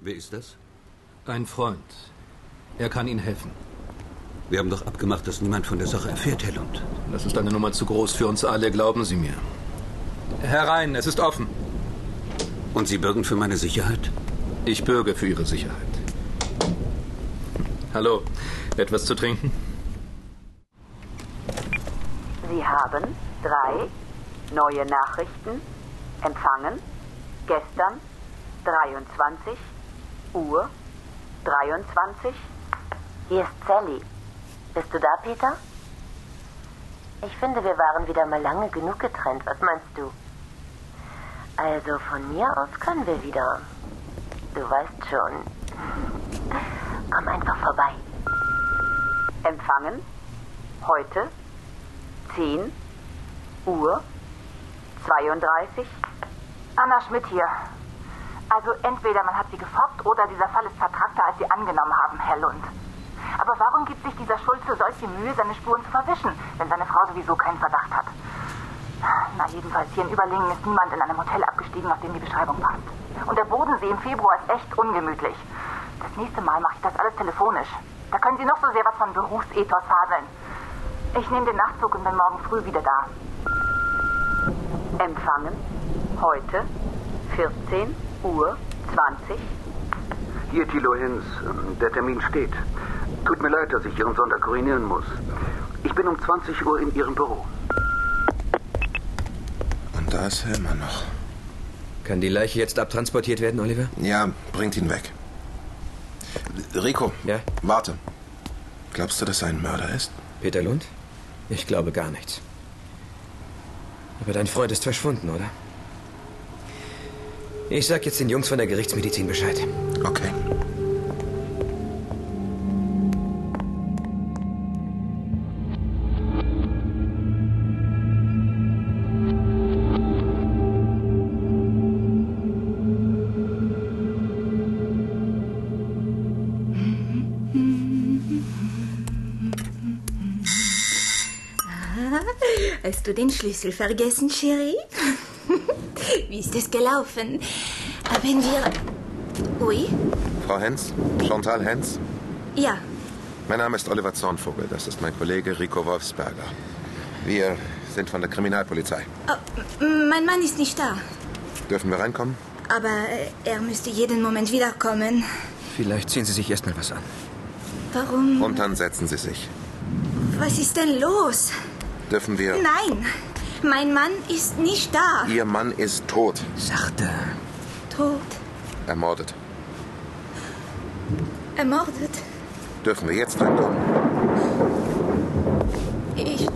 Wer ist das? Ein Freund. Er kann Ihnen helfen. Wir haben doch abgemacht, dass niemand von der Sache erfährt, Herr Lund. Das ist eine Nummer zu groß für uns alle, glauben Sie mir. Herein, es ist offen. Und Sie bürgen für meine Sicherheit? Ich bürge für Ihre Sicherheit. Hallo, etwas zu trinken? Sie haben drei neue Nachrichten empfangen gestern 23 Uhr 23. Hier ist Sally. Bist du da, Peter? Ich finde, wir waren wieder mal lange genug getrennt. Was meinst du? Also von mir aus können wir wieder. Du weißt schon. Komm einfach vorbei. Empfangen heute 10 Uhr 32. Anna Schmidt hier. Also entweder man hat sie gefoppt oder dieser Fall ist vertragter, als sie angenommen haben, Herr Lund. Aber warum gibt sich dieser Schulze solche Mühe, seine Spuren zu verwischen, wenn seine Frau sowieso keinen Verdacht hat? Na, jedenfalls hier in Überlingen ist niemand in einem Hotel abgestiegen, auf dem die Beschreibung passt. Und der Bodensee im Februar ist echt ungemütlich. Das nächste Mal mache ich das alles telefonisch. Da können Sie noch so sehr was von Berufsethos faseln. Ich nehme den Nachtzug und bin morgen früh wieder da. Empfangen heute 14 Uhr 20. Hier, Thilo Hinz. ähm, Der Termin steht. Tut mir leid, dass ich Ihren Sonder korrigieren muss. Ich bin um 20 Uhr in Ihrem Büro. Und da ist er immer noch. Kann die Leiche jetzt abtransportiert werden, Oliver? Ja, bringt ihn weg. Rico, Ja? warte. Glaubst du, dass er ein Mörder ist? Peter Lund? Ich glaube gar nichts. Aber dein Freund ist verschwunden, oder? Ich sag jetzt den Jungs von der Gerichtsmedizin Bescheid. Okay. Hast du den Schlüssel vergessen, Cherie? Wie ist es gelaufen? Haben wir. Ui? Frau Hens? Chantal Hens? Ja, Mein Name ist Oliver Zornvogel. Das ist mein Kollege Rico Wolfsberger. Wir sind von der Kriminalpolizei. Oh, mein Mann ist nicht da. Dürfen wir reinkommen? Aber äh, er müsste jeden Moment wiederkommen. Vielleicht ziehen Sie sich erstmal was an. Warum? Und dann setzen Sie sich. Was ist denn los? Dürfen wir. Nein, mein Mann ist nicht da. Ihr Mann ist tot. Sachte. Tot. Ermordet. Ermordet. Dürfen wir jetzt reinkommen? Ich.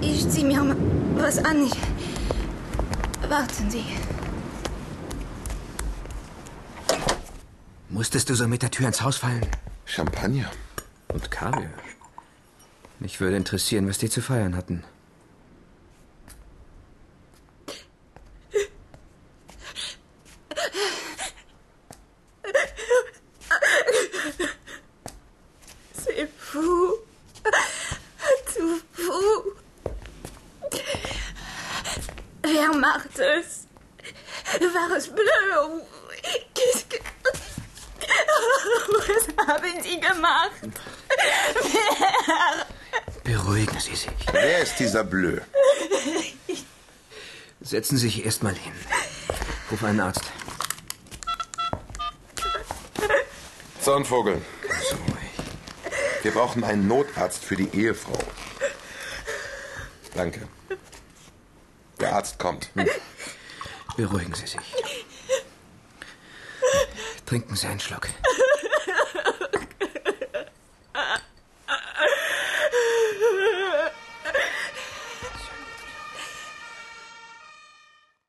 Ich zieh mir mal was an. Ich, warten Sie. Musstest du so mit der Tür ins Haus fallen? Champagner? Und Kaviar. Mich würde interessieren, was die zu feiern hatten. C'est fou. Zu fou. Wer macht es? War es blöd? oh, Qu'est-ce que- Oh, Was haben Sie gemacht? Beruhigen Sie sich. Wer ist dieser Bleu? Setzen Sie sich erstmal hin. Ruf einen Arzt. Zornvogel. So, Wir brauchen einen Notarzt für die Ehefrau. Danke. Der Arzt kommt. Hm. beruhigen Sie sich. Trinken Sie einen Schluck.